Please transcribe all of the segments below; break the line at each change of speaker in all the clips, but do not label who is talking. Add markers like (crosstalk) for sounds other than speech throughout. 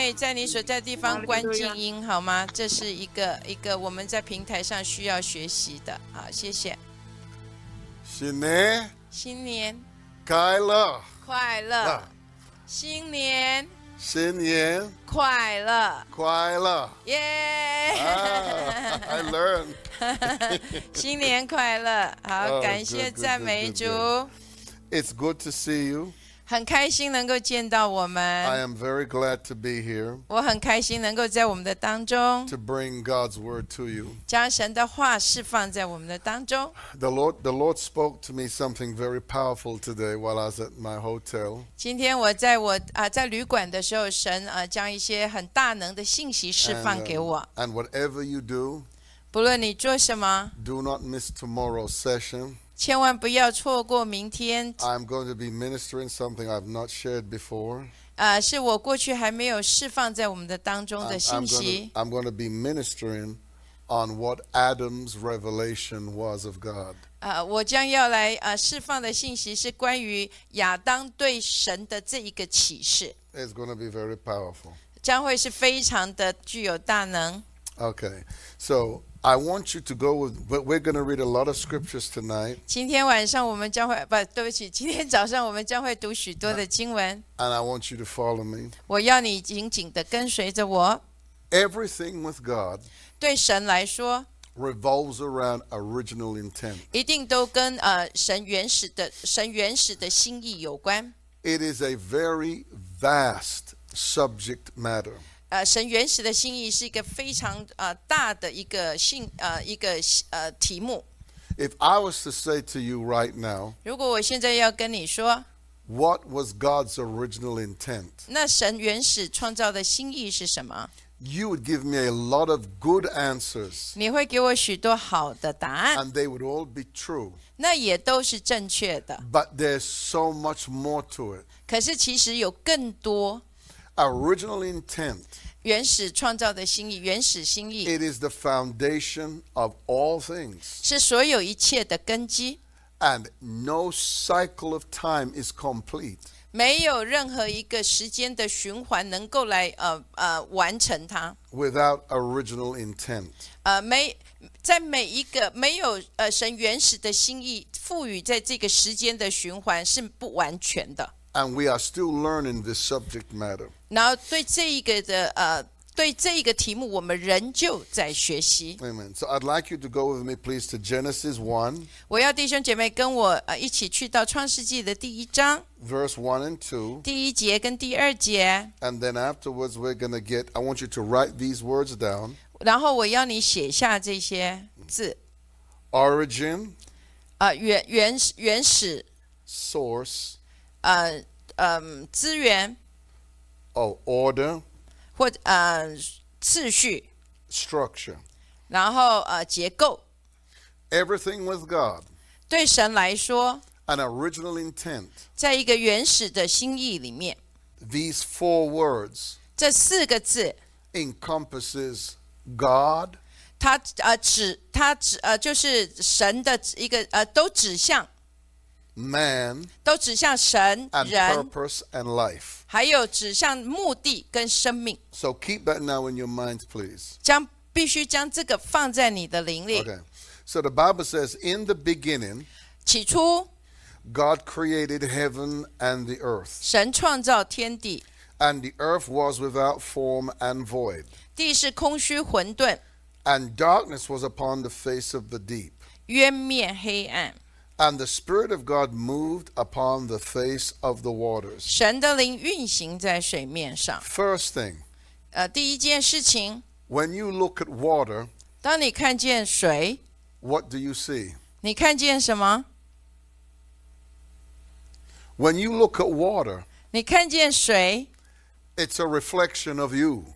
以在你所在地方关静音，好吗？这是一个一个我们在平台上需要学习的。好，谢谢。
신의
新年
가일러
快乐，新年
신년
快乐，
과일러
耶、
Ah, I learned.
(laughs) 新年快乐！好，
Oh,
感谢
good, good,
赞美
good,
主
good,，It's good to see you.
很开心能够见到我
I
们，
am very glad to be here
我很开心能够在我们的当中
to bring God's word to you.
将神的话释放在我们的当中。
The Lord, the Lord spoke to me something very powerful today while I was at my hotel.
今天我在我啊、在旅馆的时候，神啊、将一些很大能的信息释
And,
放
um,
给我。
and whatever you do,
不论你做什么，
do not miss tomorrow's session.
千万不要错过明天。
I'm going to be ministering something I've not shared before.
啊，是我过去还没有释放在我们的当中
I'm,
的
I'm
信
gonna-
息。
I'm going to be ministering on what Adam's revelation was of God.
啊，我将要来啊释放的信息是关于亚当对神的这一个启示，
It's going to be very powerful.
将会是非常的具有大能。
Okay, so I want you to go with, but we're going to read a lot of scriptures tonight,
今天晚上我们将会不，对不起，今天早上我们将会读许多的经文。
and I want you to follow me.
我要你紧紧的跟随着我。
Everything with God
对神来说，
revolves around original intent.
一定都跟呃神原始的神原始的心意有关。
It is a very vast subject matter.
呃，神原始的心意是一个非常呃大的一个性呃一个呃题目。
If I was to say to you right now,
如果我现在要跟你说，
what was God's original intent?
那神原始创造的心意是什么？
You would give me a lot of good answers,
你会给我许多好的答案，
and they would all be true.
那也都是正确的。
But there's so much more to it.
可是其实有更多
Original intent
原始创造的心意，原始心意
It is the foundation of all things,
是所有一切的根基。
and no cycle of time is complete.
没有任何一个时间的循环能够来呃呃完成它，
Without original intent.
呃没在每一个没有呃神原始的心意赋予在这个时间的循环是不完全的。
And we are still learning this subject matter.
然后对这一个的呃对这一个题目，我们仍旧在学习。
Amen. So I'd like you to go with me, please, to Genesis 1,
我要弟兄姐妹跟我呃一起去到创世纪的第一章
verse 1 and 2.
第一节跟第二节，
And then afterwards, we're going to get, I want you to write these words down
然后我要你写下这些字，
origin,
呃原原始原始
source,
呃嗯、资源。
oh, order,
或者呃次序，
structure.
然后呃结构。
Everything with God,
对神来说，
an original intent.
在一个原始的心意里面，
these four words
这四个字，
encompasses God,
它呃指它指呃就是神的一个呃都指向
man,
都指向神
and
人，
purpose and life.
还有指向目的跟生命，
So keep that now in your minds, please.
将必须将这个放在你的灵里。
Okay. So the Bible says, in the beginning,
起初，
God created heaven and the earth,
神创造天地，
and the earth was without form and void,
地是空虚混沌，
and darkness was upon the face of the deep.
渊面黑暗。
And the Spirit of God moved upon the face of the waters.
神的灵运行在水面上。
First thing,
呃，第一件事情，
when you look at water,
当你看见水，
what do you see?
你看见什么？
When you look at water,
你看见水， (laughs)
It's a reflection of you.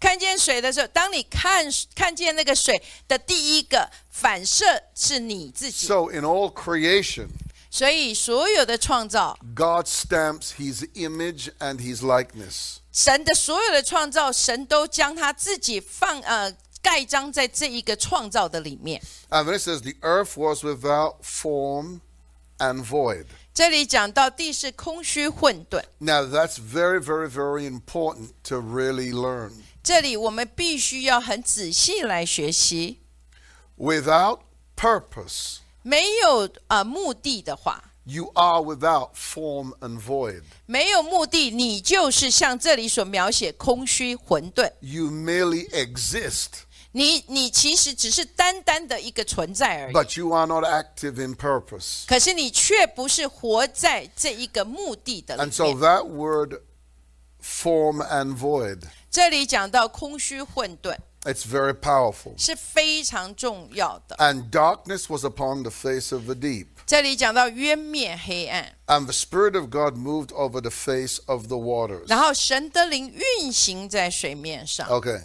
看见水的时候，当你看看见那个水的第一个反射是你自己。
So in all creation,
所以，所有的创造，
God stamps his image and his likeness.
神的所有的创造，神都将他自己放呃盖章在这一个创造的里面。
And then it says the earth was without form and void.
这里讲到地是空虚混沌，
Now, that's very, very, very important to really learn.
这里我们必须要很仔细来学习。
Without purpose,
没有呃目的的话，
you are without form and void.
没有目的，你就是像这里所描写空虚混沌。
You merely exist,
你你其实只是单单的一个存在而已，
but you are not active in purpose.
可是你却不是活在这一个目的的里
And so
面。
that word, form and void,
这里讲到空虚混沌
it's very powerful.
是非常重要的。
And darkness was upon the face of the deep.
这里讲到冤灭黑暗，
And the Spirit of God moved over the face of the waters.
然后神的灵运行在水面上。
Okay.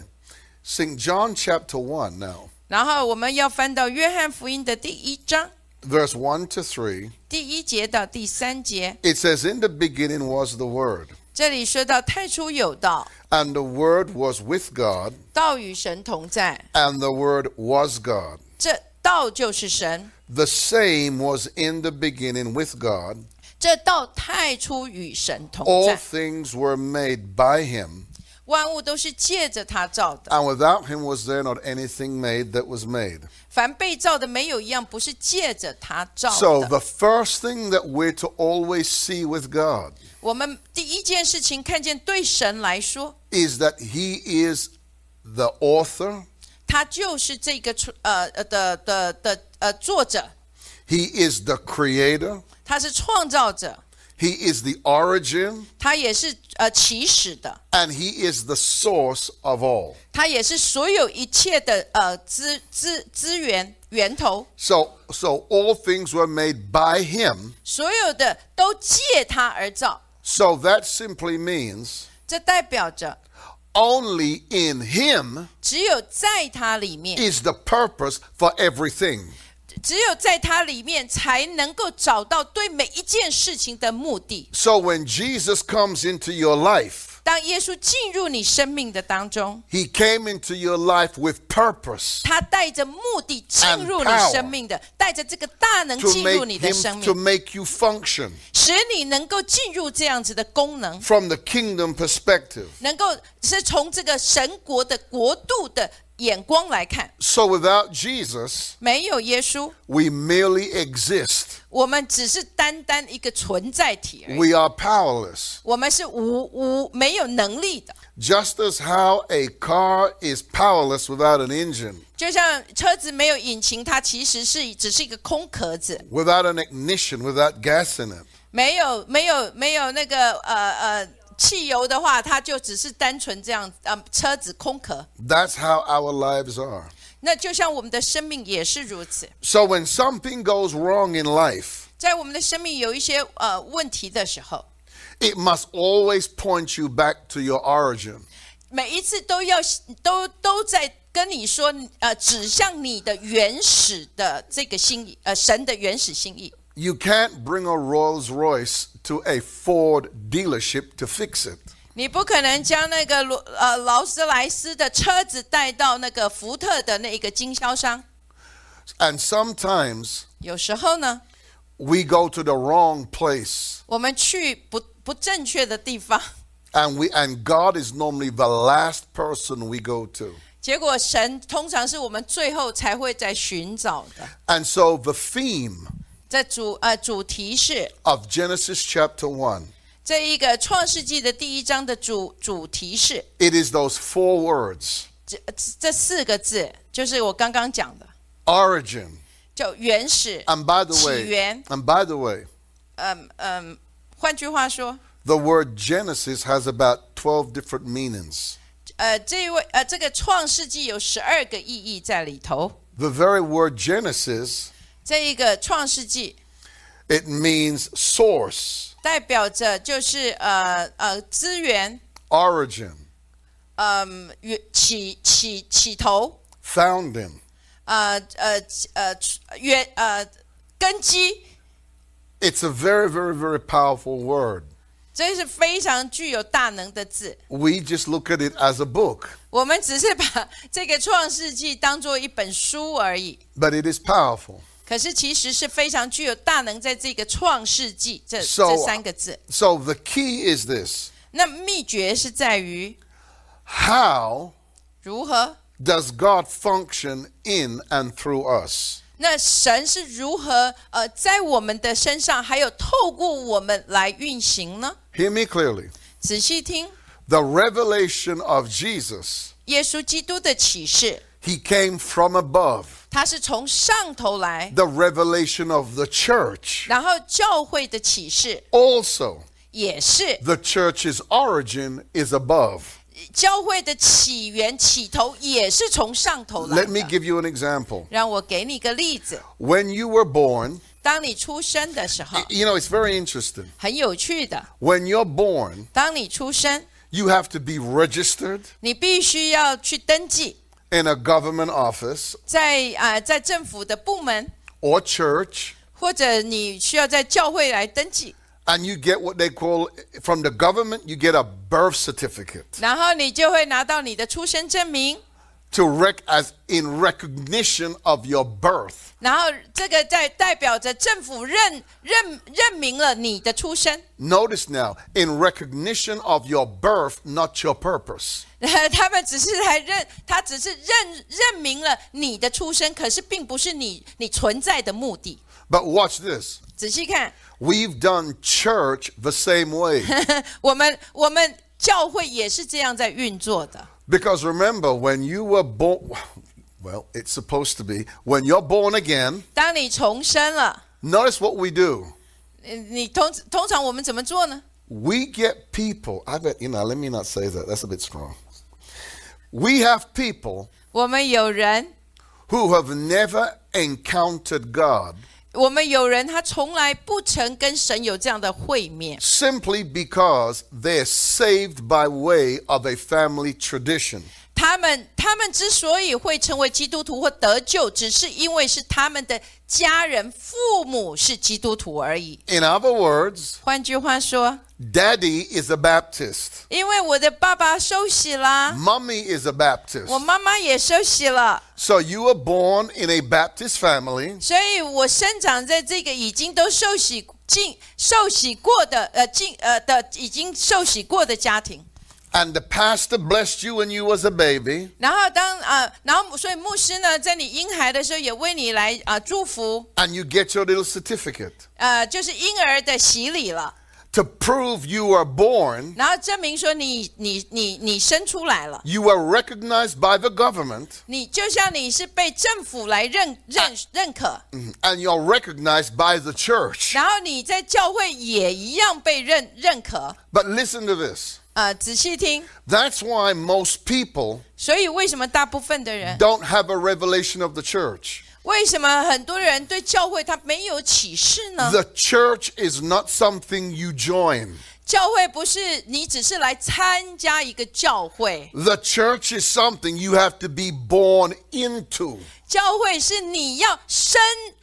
St. John chapter 1 now,
然后我们要翻到约翰福音的第一章
verse 1 to 3.
第一节到第三节，
It says, In the beginning was the Word,
这里说到太初有道。
and the Word was with God,
道与神同在，
and the Word was God.
这道就是神，
The same was in the beginning with God.
这道太初与神同
All
在，
things were made by Him,
万物都是借着他造的，
and without Him was there not anything made that was made.
凡被造的没有一样不是借着他造
So
的。
the first thing that we're to always see with God
我们第一件事情看见，对神来说，
is that He is the author,
他就是这个创呃呃的的的呃作者，
He is the creator,
他是创造者，
He is the origin,
他也是呃起始的，
and He is the source of all.
他也是所有一切的呃资资资源源头，
So, so all things were made by Him.
所有的都借他而造。
So that simply means
这代表着
only in Him
只有在它里面，
is the purpose for everything.
只有在它里面才能够找到对每一件事情的目的。
So when Jesus comes into your life,
当耶稣进入你生命的当中，
He came into your life with purpose
他带着目的进入
And
你
power
生命的，带着这个大能
to
进入
make
你的生
Him to
命，
make you function
使你能够进入这样子的功能，
from the kingdom perspective.
能够是从这个神国的国度的眼光来看。
So without Jesus,
没有耶稣，
we merely exist.
我们只是单单一个存在体而已，
We are powerless.
我们是无无没有能力的。
Just as how a car is powerless without an engine,
就像车子没有引擎，它其实是只是一个空壳子，
without an ignition, without gas in it.
没有没有没有那个呃呃汽油的话，它就只是单纯这样呃车子空壳。
That's how our lives are.
那就像我们的生命也是如此，
So when something goes wrong in life,
在我们的生命有一些呃问题的时候，
it must always point you back to your origin.
每一次都要都都在跟你说呃指向你的原始的这个心意，呃神的原始心意。
You can't bring a Rolls Royce to a Ford dealership to fix it.
你不可能将那个罗呃劳斯莱斯的车子带到那个福特的那一个经销商。
And sometimes
有时候呢，
we go to the wrong place
我们去不不正确的地方， (laughs)
and we and God is normally the last person we go to.
结果神通常是我们最后才会在寻找的。
And so the theme
这主呃主题是
of Genesis chapter 1,
这一个创世纪的第一章的主主题是
it is those four words.
这这四个字，就是我刚刚讲的，
Origin.
叫原始。
And by the way,
起源。
and by the way,
嗯嗯，换句话说，
the word Genesis has about 12 different meanings.
呃这一位呃这个创世纪有十二个意义在里头。
The very word Genesis,
这一个创世纪
it means source,
代表着就是呃呃资源，
origin,
嗯，源起起起头，
founding.
呃呃呃源呃根基，
It's a very, very, very powerful word.
这是非常具有大能的字。
We just look at it as a book,
我们只是把这个创世纪当做一本书而已，
but it is powerful.
可是其实是非常具有大能，在这个创世纪这
So-
这三个字，
So the key is this
那秘诀是在于
How
如何？
does God function in and through us?
那神是如何呃在我们的身上，还有透过我们来运行呢？
Hear me clearly.
仔细听，
The revelation of Jesus,
耶稣基督的启示，
he came from above.
他是从上头来，
The revelation of the church,
然后教会的启示
also,
也是
the church's origin is above.
教会的起源起头也是从上头来
Let me
的。
give you an example.
让我给你个例子，
When you were born,
当你出生的时候
y-，you know, it's very interesting.
很有趣的。
When you're born,
当你出生，
you have to be registered
你必须要去登记，
in a government office
在啊、呃在政府的部门，
or church,
或者你需要在教会来登记，
and you get what they call from the government, you get a birth certificate
然后你就会拿到你的出生证明，
to rec- as in recognition of your birth.
然后这个在代表着政府认认认明了你的出生， (laughs)
Notice now, in recognition of your birth, not your purpose.
他们只是还认，他只是认认明了你的出生，可是并不是你你存在的目的。
But watch this.
仔细看，
We've done church the same way.
我们我们教会也是这样在运作的。
because remember, when you were born, well, it's supposed to be, when you're born again,
当你重生了，
notice what we do.
呃你通通常我们怎么做呢？
we get people i bet you know let me not say that that's a bit strong we have people
我们有人，
who have never encountered god
我们有人，他从来不曾跟神有这样的会面，
simply because they're saved by way of a family tradition
他们他们之所以会成为基督徒或得救，只是因为是他们的家人、父母是基督徒而已。
in other words
换句话说，
daddy is a baptist
因为我的爸爸受洗啦，
mommy is a baptist
我妈妈也受洗了，
so you were born in a baptist family
所以我生长在这个已经都受洗进受洗过的呃进呃的已经受洗过的家庭。
and the pastor blessed you when you was a baby
然后当啊、呃然后所以牧师呢，在你婴孩的时候也为你来啊、呃祝福，
and you get your little certificate
呃，就是婴儿的洗礼了，
to prove you were born
然后证明说你你你你生出来了，
You were recognized by the government
你就像你是被政府来认认认可，
mm-hmm, and you're recognized by the church.
然后你在教会也一样被认认可，
But listen to this.
呃，仔细听，
That's why most people
所以为什么大部分的人，
don't have a revelation of the church.
为什么很多人对教会他没有启示呢？
The church is not something you join.
教会不是你只是来参加一个教会，
The church is something you have to be born into.
教会是你要生，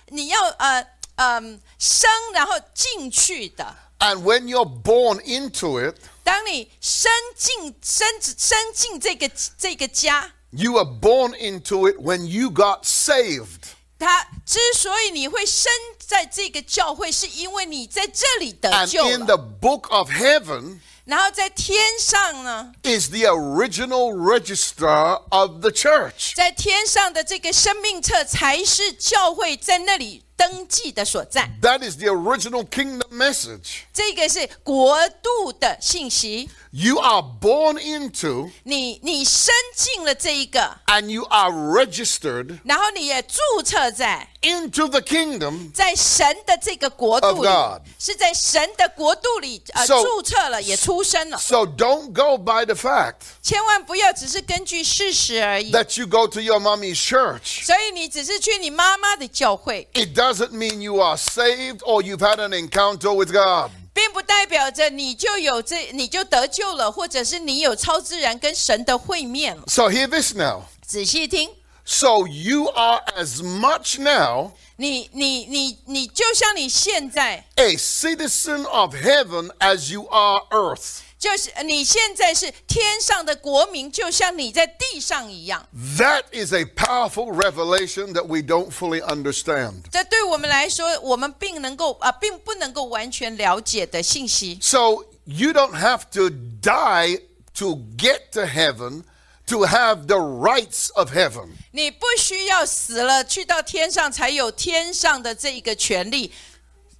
你要呃嗯、生，然后进去的。
And when you're born into it,
当你伸进伸伸进这个这个家，
you were born into it when you got saved.
他之所以你会生在这个教会，是因为你在这里得
And
救
in
了。
the book of heaven,
然后在天上呢，
is the original registrar of the church.
在天上的这个生命册才是教会在那里登记的所在。
That is the original kingdom message.
这个是国度的信息，
You are born into
你你伸进了这一个，
and you are registered
然后你也注册在。
into the kingdom.
在神的这个国度里
Of God，
是在神的国度里呃
So-
注册了，也出生了。
So don't go by the fact
千万不要只是根据事实而已。
that you go to your mommy's church.
所以你只是去你妈妈的教会，
It doesn't mean you are saved or you've had an encounter with God.
并不代表着你就有这你就得救了，或者是你有超自然跟神的会面了。
So hear this now.
仔细听，
So you are as much now
你你你你就像你现在，
a citizen of heaven as you are earth.
就是你现在是天上的国民，就像你在地上一样。
That is a powerful revelation that we don't fully understand.
这对我们来说，我们并能够啊、并不能够完全了解的信息。
So you don't have to die to get to heaven to have the rights of heaven.
你不需要死了去到天上才有天上的这一个权利，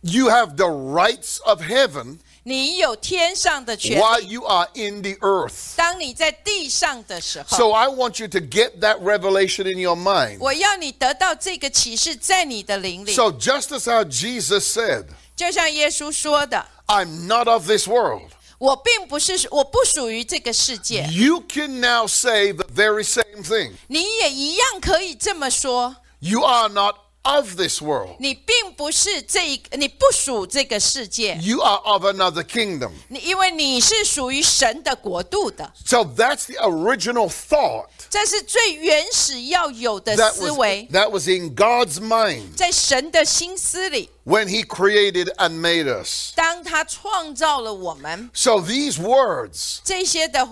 You have the rights of heaven
你有天上的权。
while you are in the earth.
当你在地上的时候
So I want you to get that revelation in your mind.
我要你得到这个启示，在你的灵里，
So just as how Jesus said,
就像耶稣说的，
I'm not of this world.
我并不是，我不属于这个世界。
You can now say the very same thing.
你也一样可以这么说，
You are not of this world.
你并不是这一，你不属这个世界，
You are of another kingdom.
你因为你是属于神的国度的，
So that's the original thought
这是最原始要有的
that
思
was,
维，
that was in God's mind
在神的心思里，
when He created and made us.
当他创造了我们
So these words
这些的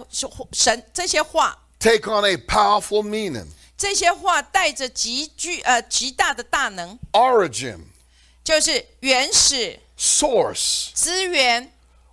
神这些话，
take on a powerful meaning.
这些话带着极具呃极大的大能，
Origin,
就是原始
source,
资源、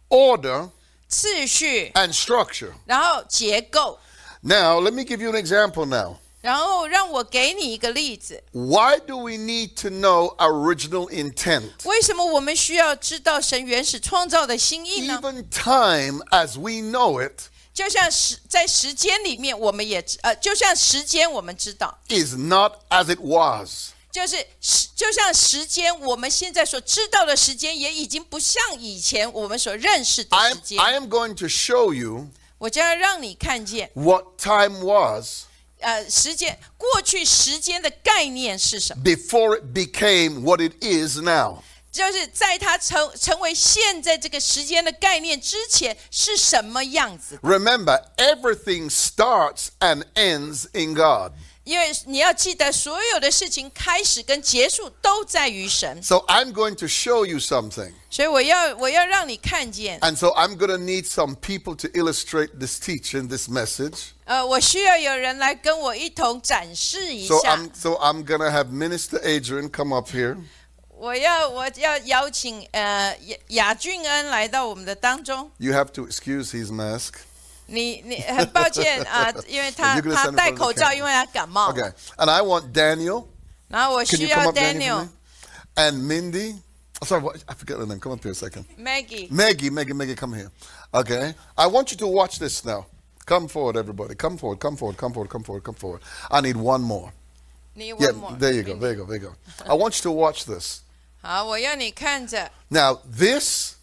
order,
次序，
and structure.
然后结构，
Now, let me give you an example now.
然后让我给你一个例子。
Why do we need to know original intent?
为什么我们需要知道神原始创造的心意呢？
Even time as we know it
就像时在时间里面，我们也知呃，就像时间我们知道，
is not as it was.
就是时就像时间，我们现在所知道的时间也已经不像以前我们所认识的
I'm,
时间。
I am going to show you
我将要让你看见，
what time was
呃，时间过去时间的概念是什么？
before it became what it is now.
就是在它成成为现在这个时间的概念之前是什么样子？
Remember, everything starts and ends in God.
因为你要记得，所有的事情开始跟结束都在于神。
So I'm going to show you something.
所以我要我要让你看见，
And so I'm going to need some people to illustrate this teaching, this message.
呃，我需要有人来跟我一同展示一
So um，
下。
I'm so I'm going to have Minister Adrian come up here.
我要我要邀请呃雅雅俊恩来到我们的当中。
You have to excuse his mask.
你你很抱歉啊、
(laughs)
因为他
You're gonna
他
stand in front of the
戴口罩，
camera.
因为他感冒。
Okay. And I want Daniel.
然后我
Can
需
you
要
come up, Daniel? for
Daniel
me? And Mindy. Oh, sorry, what, I forget the name. Come up here a second.
Maggie。
Maggie, Maggie, Maggie, come here. Okay. I want you to watch this now. Come forward, everybody. Come forward, come forward, come forward, come forward, come forward. I need one more.
你
Yeah,
one more。
there you go, there you go,
(laughs)
there you go. I want you to watch this.
好，我要你看着，
Now, this,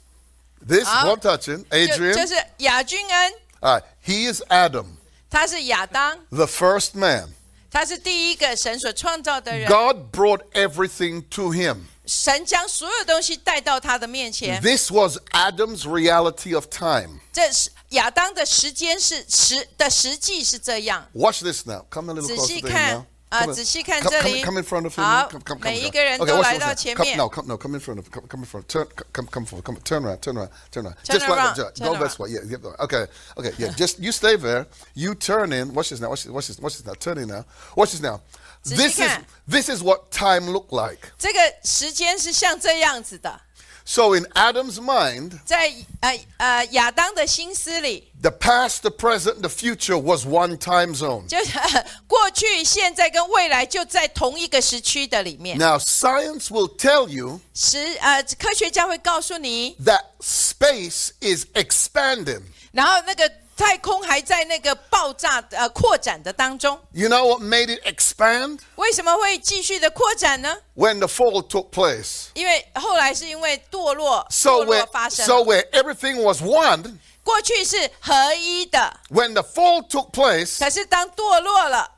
this,
Ah.
one touching,
就
Adrian,
就是雅俊恩，
all right, he is Adam,
他是亚当，
the first man.
他是第一个神所创造的人，
God brought everything to him.
神将所有东西带到他的面前。
This was Adam's reality of time.
这是亚当的时间是实的实际是这样。
Watch this now. Come a little
仔
closer
细
to him
看
now.
啊，
Come in-
仔细看
come-
这
come
里
in- come in front of。him.
好
Come- come-，come
每
here.
一个人
Okay,
都
watch
来
this
到
now.
前
Come-
面
No,。come, no, come in front of. Come, come in front. Turn, c- come, come forward. Come, turn around. Turn around. Turn around.
Turn
just like
around,
that. Just-
turn
Go this way. Yeah, yeah. right. Okay. Okay. Yeah. Just you stay there. You turn in. Watch this now. Watch this. Watch this. Watch this now. Turn in now. Watch this now.
仔细
This is
看。
this is what time looked like.
这个时间是像这样子的，
So in Adam's mind,
在呃呃亚当的心思里，
the past, the present, the future was one time zone.
就是 (laughs) 过去、现在跟未来就在同一个时区的里面。
Now science will tell you
时呃，科学家会告诉你，
that space is expanding.
然后那个太空还在那个爆炸呃扩展的当中，
You know what made it expand?
为什么会继续的扩展呢？
When the fall took place.
因为后来是因为堕落，堕
So
落
where,
发生了。
so where everything was one,
过去是合一的，
when the fall took place,
可是当堕落了，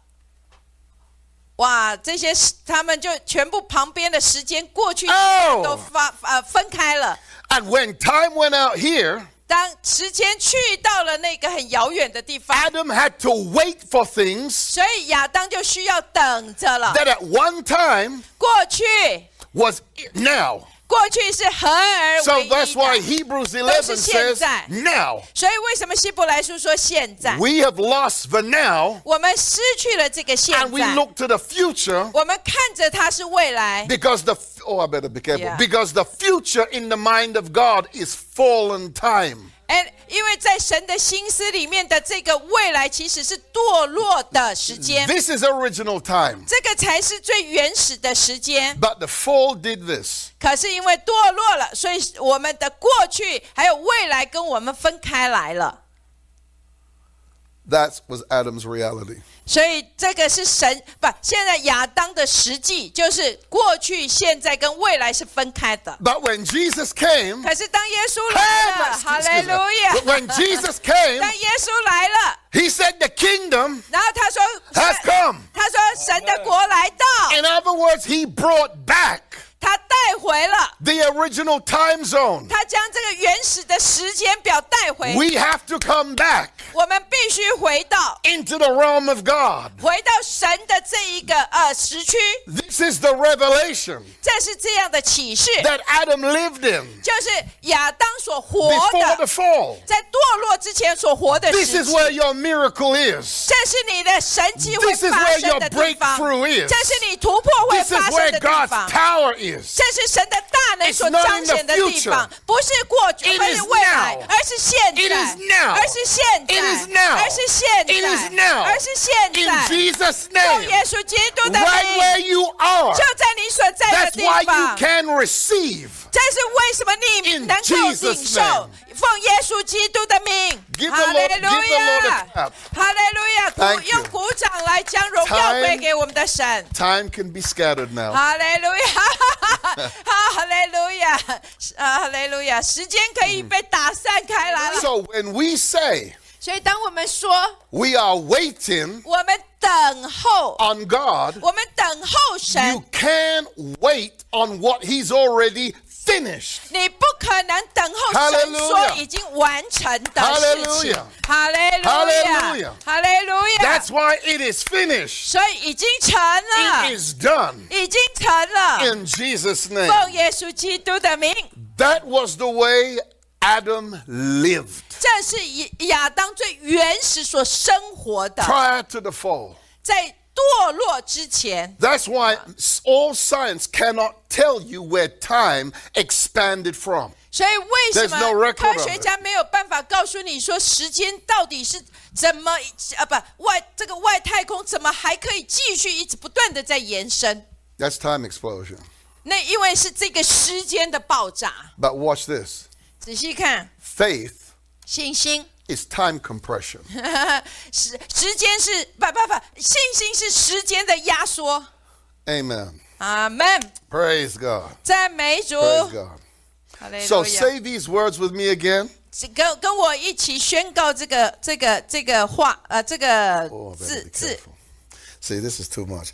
哇，这些时他们就全部旁边的时间过去
哦
都发呃分开了。
and when time went out here,
当时间去到了那个很遥远的地方，
Adam had to wait for things
所以亚当就需要等着了。
that at one time
过去
was i- now.
过去是合而
So
为一
that's why
的。
Hebrews 11 says,
都是现在。
now.
所以为什么希伯来书说现在？
We have lost the now
我们失去了这个现
and we
在，
look to the future
我们看着它是未来，
because the, f- oh, I better be careful.
Yeah.
Because the future in the mind of God is fallen time.
哎，因为在神的心思里面的这个未来其实是堕落的时间，
This is original time.
这个才是最原始的时间。
But the fall did this.
可是因为堕落了，所以我们的过去还有未来跟我们分开来了。
That was Adam's reality.
所以这个是神不，现在亚当的实际就是过去、现在跟未来是分开的。
But when Jesus came,
(laughs) 可是当耶稣来
Hey,
了，
excuse-
哈
excuse
利
me.
路亚！
when Jesus came,
当耶稣来了，
he said the kingdom
然后他说
has
神
come.
他说神的国来到，
In other words, he brought back
他带回了，
the original time zone.
他将这个原始的时间表带回。
We have to come back
我们必须回到
into the realm of God.
回到神的这一个呃时区，
This is the revelation
这是这样的启示，
that Adam lived in
就是亚当所活的
before the，fall.
在堕落之前所活的
This
时
is
期。
where your miracle is.
这是你的神迹会
This is
发
where
生
your
的地方，
breakthrough is.
这是你突破会
This is
发生
where
的地
God's
方，
tower is.
这是神的大能
It's
所
not
彰
in the
显的地方
future.，
不是过去，
It
不
is
是未来
now.，
而是现
It
在
is now.，
而是现
It
在，
is now.
而是现
It is
在，
now.
而是现
In
在。
Jesus'
用
name,
耶稣基督的
right
名
where，you are.
就在你所在的
That's
地
why
方
you。can receive.
这是为什么你
In
能够
Jesus'
领受
name.？
奉耶稣基督的名，
Give
哈
the
利
Lord-
路
give the Lord a
亚
clap.，
哈利路亚，鼓
Thank you.
用鼓掌来将荣耀
Time-
归给我们的神。
Time can be scattered now.
哈利路亚， (laughs) 哈利路亚，啊哈利路亚！时间可以被打散开来了。
So when we say
所以，当我们说
we are waiting
我们等候，
on God,
我们等候
哦 you
神，
can wait on what He's already finished.
你不可能等候神
Hallelujah
说已经完成的事情
Hallelujah。
哈利路亚
Hallelujah，
哈利路亚
That's！why it is finished.
所以已经成了
It，is done
已经成了。
in Jesus' name.
奉耶稣基督的名，
That was the way Adam lived
这是以亚当最原始所生活的。
prior to the fall.
在堕落之前，
That's why s- all science cannot tell you where time expanded from.
所以为什
There's no
么
record
科学家没有办法告诉你说时间到底是怎么啊不外这个外太空怎么还可以继续一直不断的在延伸？
That's time explosion.
那因为是这个时间的爆炸。
But watch this
仔细看，
faith
信心
is time compression.
(laughs) 时时间是不不不，信心是时间的压缩。
Amen.
阿门，
Praise God.
赞美主。
Praise God.
哈利
So
路亚
say these words with me again.
跟跟我一起宣告这个这个这个话呃这个
Oh, I better
字
be
字
careful. See, this is too much.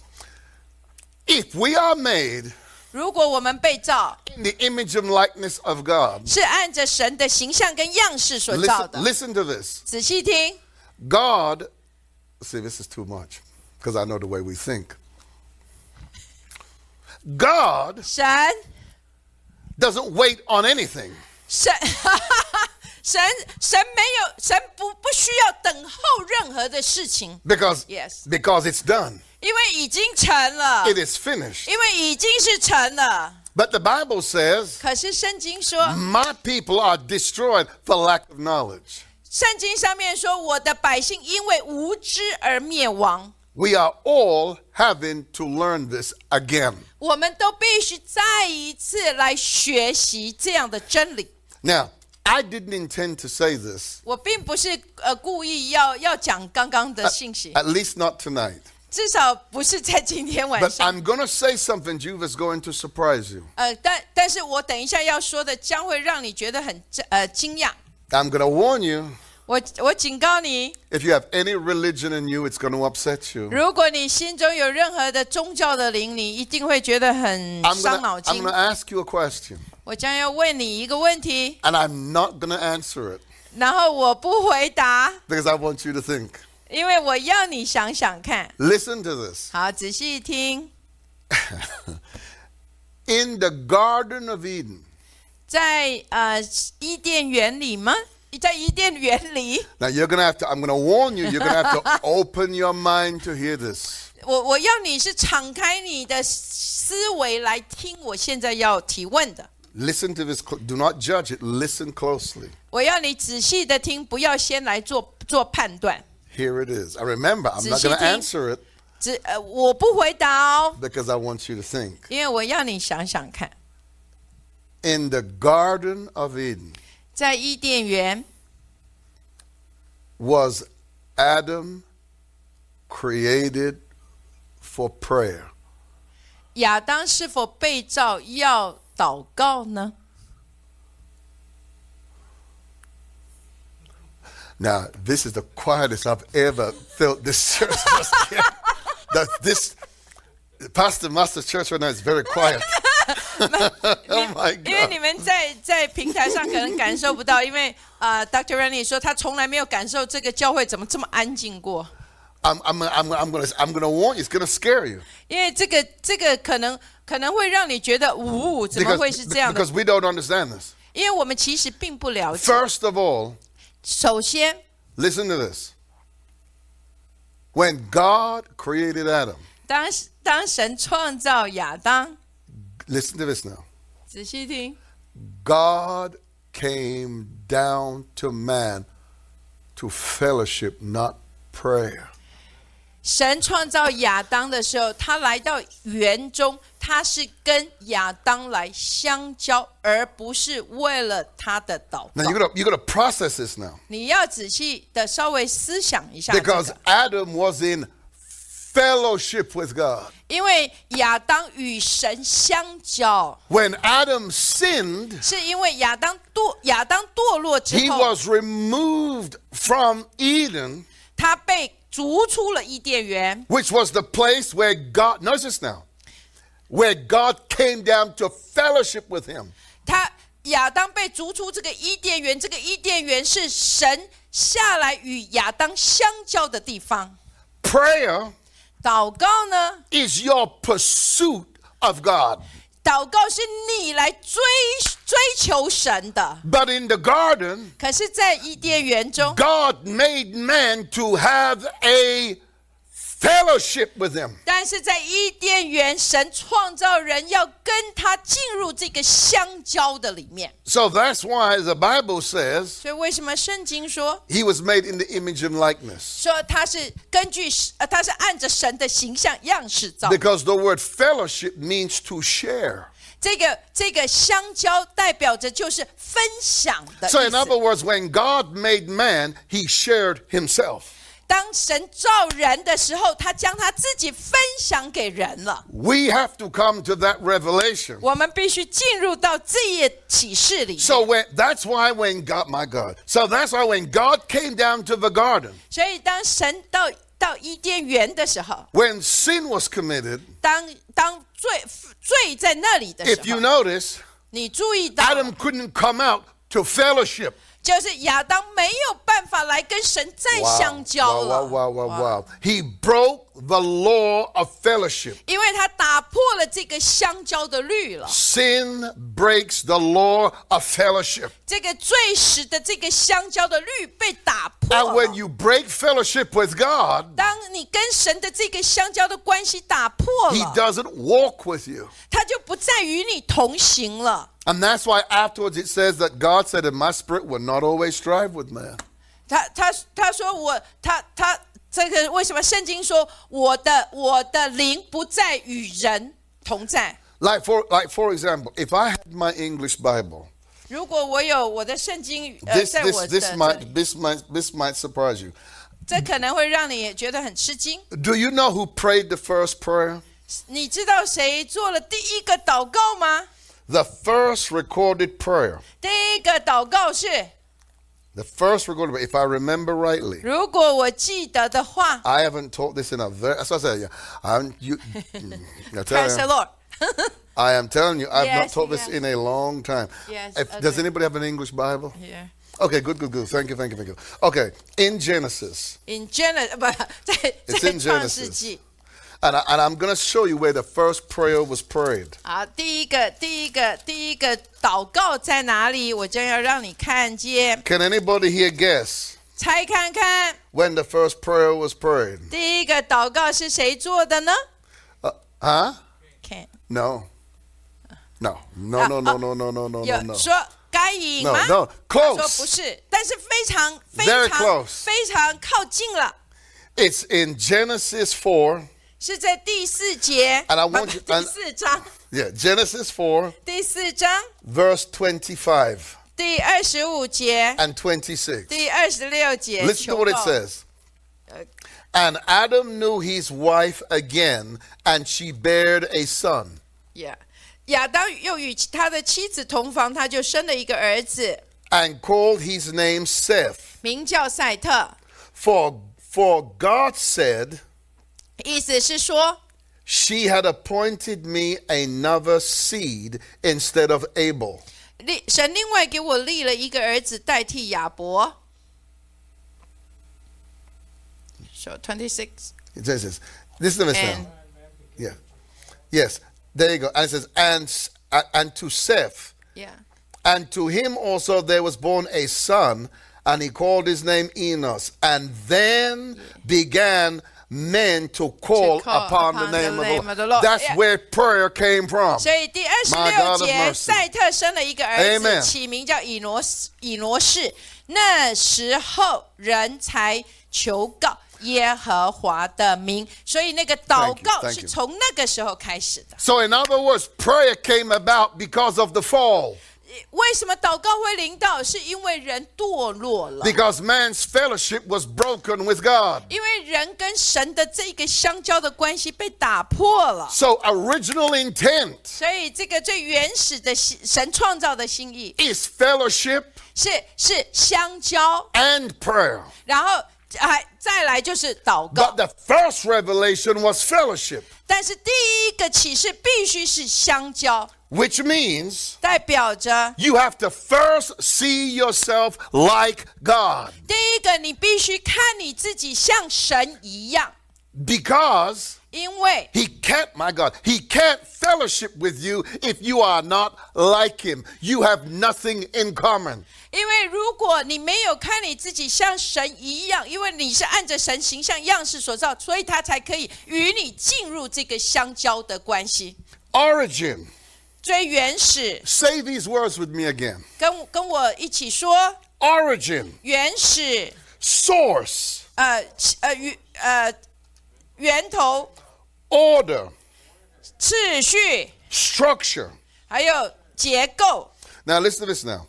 If we are made
如果我们被造，
in the image and likeness of God,
是按着神的形象跟样式所造
listen,
的。
listen to this.
仔细听，
God, see, this is too much because I know the way we think. God
神
doesn't wait on anything.
神 (laughs) 神神没有神不不需要等候任何的事情，
Because,
Yes. Uh,
because it's done.
因为已经成了，
It is finished.
因为已经是成了。
But the Bible says,
可是圣经说，
My people are destroyed for lack of knowledge.
圣经上面说，我的百姓因为无知而灭亡。
We are all having to learn this again.
我们都必须再一次来学习这样的真理。
Now, I didn't intend to say this,
我并不是呃故意要要讲刚刚
呃
的信息，
at least not tonight.
至少不是在今天晚
But
上。
I'm going to say something to you that's going to surprise you.
呃，但但是我等一下要说的将会让你觉得很呃惊讶。
I'm going to warn you
我我警告你，
if you have any religion in you, it's going to upset you.
如果你心中有任何的宗教的灵，你一定会觉得很
I'm
伤
going
脑
to
筋。
ask you a question,
我将要问你一个问题，
and I'm not going to answer it
然后我不回答，
because I want you to think.
因为我要你想想看。
Listen to this.
好，仔细听。
in the Garden of Eden.
在呃伊甸园里吗？在伊甸园里，
Now you're gonna have to. I'm gonna warn you. You're gonna have to open your mind to hear this.
我我要你是敞开你的思维来听我现在要提问的。
Listen to this. cl- Do not judge it. Listen closely.
我要你仔细的听，不要先来做做判断。
Here it is. I remember. I'm not
Sushi
gonna
tea?
answer it
只呃，我不回答哦，
because I want you to think.
因为我要你想想看，
In the Garden of Eden
在伊甸园，
was Adam created for prayer?
亚当是否被造要祷告呢？
Now, this is the quietest I've ever felt this church (laughs) was here. That this Pastor Master Church right now is very quiet. (laughs) oh my
因为
God.
你们在在平台上可能感受不到，因为啊、呃、，Dr. Rennie 说他从来没有感受这个教会怎么这么安静过，
I'm, I'm, I'm, I'm gonna I'm gonna warn you. It's gonna scare you
因为这个这个可能可能会让你觉得，呜、怎么会是
because,
这样的？
because we don't understand this.
因为我们其实并不了解。
First of all,
首先，
listen to this. When God created Adam,
当当神创造亚当，
listen to this now.
仔细听，
God came down to man to fellowship, not prayer.
神创造亚当的时候，他来到园中，他是跟亚当来相交，而不是为了他的祷
Now
告
you're。gonna you're gonna process this now
你要仔细的稍微思想一下这
because
个，
Adam was in fellowship with God.
因为亚当与神相交，
When Adam sinned,
是因为亚当堕亚当堕落之
he
后，
was removed from Eden,
他被逐出了伊甸园，
which was the place where God notice this now, where God came down to fellowship with him.
他亚当被逐出这个伊甸园，这个伊甸园是神下来与亚当相交的地方。
Prayer
祷告呢？
is your pursuit of God.
祷告是你来追追求神的，
But in the garden,
可是，在伊甸园中，
God made man to have a fellowship with him.
但是在伊甸园，神创造人要跟他进入这个相交的里面。
So that's why the Bible says
所以，为什么圣经说
he was made in the image and likeness.
说他是根据呃，他是按着神的形象样式造？
Because the word fellowship means to share.
这个这个相交代表着就是分享的
So,
意
in
思。
other words, when God made man, he shared himself.
当神造人的时候，他将他自己分享给人了。
We have to come to that revelation.
我们必须进入到这一启示里面。
So when, that's why when God, my God, so that's why when God came down to the garden,
所以，当神到到伊甸园的时候，
when sin was committed,
当当罪罪在那里的
if
时
you
候，
notice,
你注意到，
Adam couldn't come out to fellowship.
就是亚当没有办法来跟神再相交
Wow,
了。
wow, wow, wow, wow. He broke the law of fellowship.
因为他打破了这个相交的律了，
Sin breaks the law of fellowship.
这个最使的这个相交的律被打
And
破
when
了。
you break fellowship with God,
当你跟神的这个相交的关系打破
He
了，
doesn't walk with you.
他就不再与你同行了。
And that's why afterwards it says that God said, And my spirit will not always strive with man.
他他他说我他他这个为什么圣经说我的我的灵不再与人同在？
Like for, like for example, if I had my English Bible,
如果我有我的圣经呃
this,
在我
this,
的
this,
这
might,
里，
this, might, this might surprise you.
这可能会让你觉得很吃惊。
Do you know who prayed the first prayer?
你知道谁做了第一个祷告吗？
The first recorded prayer.
第一个祷告是，
The first recorded prayer, if I remember rightly.
如果我记得的话
I haven't taught this in a very. That's what I said. Yeah, I'm,
(laughs)
you, mm, I, tell
，Praise the
you,
Lord (laughs)
I am telling you, I've
Yes,
not taught this
yeah.
in a long time.
Yes,
If- Does
okay.
anybody have an English Bible?
Yeah.
Okay, good, good, good. Thank you, thank you, thank you. Okay, in Genesis,
in Genesis 不在 (laughs)
it's
在
in
创世纪
Genesis. And, I, and I'm going to show you where the first prayer was prayed.
好，啊第一个，第一个，第一个祷告在哪里？我将要让你看见，
Can anybody here guess
猜看看，
when the first prayer was prayed?
第一个祷告是谁做的呢
Uh, huh?
？Can
No. No. No, no, no, no, no, no, no, no,
有
no.
说该赢
No,
吗他
no.
说不
Close.
是，但是非常非
Very
常
close.
非常靠近了，
It's in Genesis 4.
是在第四节，
And I
不不
want you-
第
and-
四章，
Yeah, Genesis 4,
第四章
verse 25
第二十五节，
and 26.
第二十六节
Listen to
求
what it
告
says.
Uh,
And Adam knew his wife again, and she bared a son.
Yeah. 亚当又与他的妻子同房，他就生了一个儿子，
and called his name Seth.
名叫赛特。
For, for God said,
意思是说，
She had appointed me another seed instead of Abel.
立神另外给我立了一个儿子代替亚伯。So twenty six
It says this. Listen to this
and
now. Yeah. Yes. There you go. And it says, and, s- a- and to Seth,
yeah
and to him also there was born a son, and he called his name Enos. And then began men to call,
call
upon, the
upon
name,
the
of, the
name
Lord.
of the Lord.
That's
Yeah.
where prayer came from.
所以第二十
My
六
God of
节，
mercy.
赛特生了一个儿子，
Amen.
起名叫以挪斯以挪士。那时候人才求告耶和华的名，所以那个祷
Thank you,
告
thank
是
you.
从那个时候开始的。
So, in other words, prayer came about because of the fall,
为什么祷告会临到？是因为人堕落了，
because man's fellowship was broken with God.
因为人跟神的这个相交的关系被打破了。
So, original intent
所以，这个最原始的心神创造的心意
is fellowship
是是相交，
and prayer.
然后还、再来就是祷告。
But the first revelation was fellowship,
但是第一个启示必须是相交，
which means
代表着
you have to first see yourself like God.
第一个你必须看你自己像神一样，
Because
因为
he can't, my God, he can't fellowship with you if you are not like him. You have nothing in common.
因为如果你没有看你自己像神一样，因为你是按着神形象样式所造，所以他才可以与你进入这个相交的关系。
Origin.
最原始，
Say these words with me again.
跟跟我一起说，
Origin,
原始，
source,
呃起呃与呃源头、
order,
次序，
structure.
还有结构。
Now listen to this now.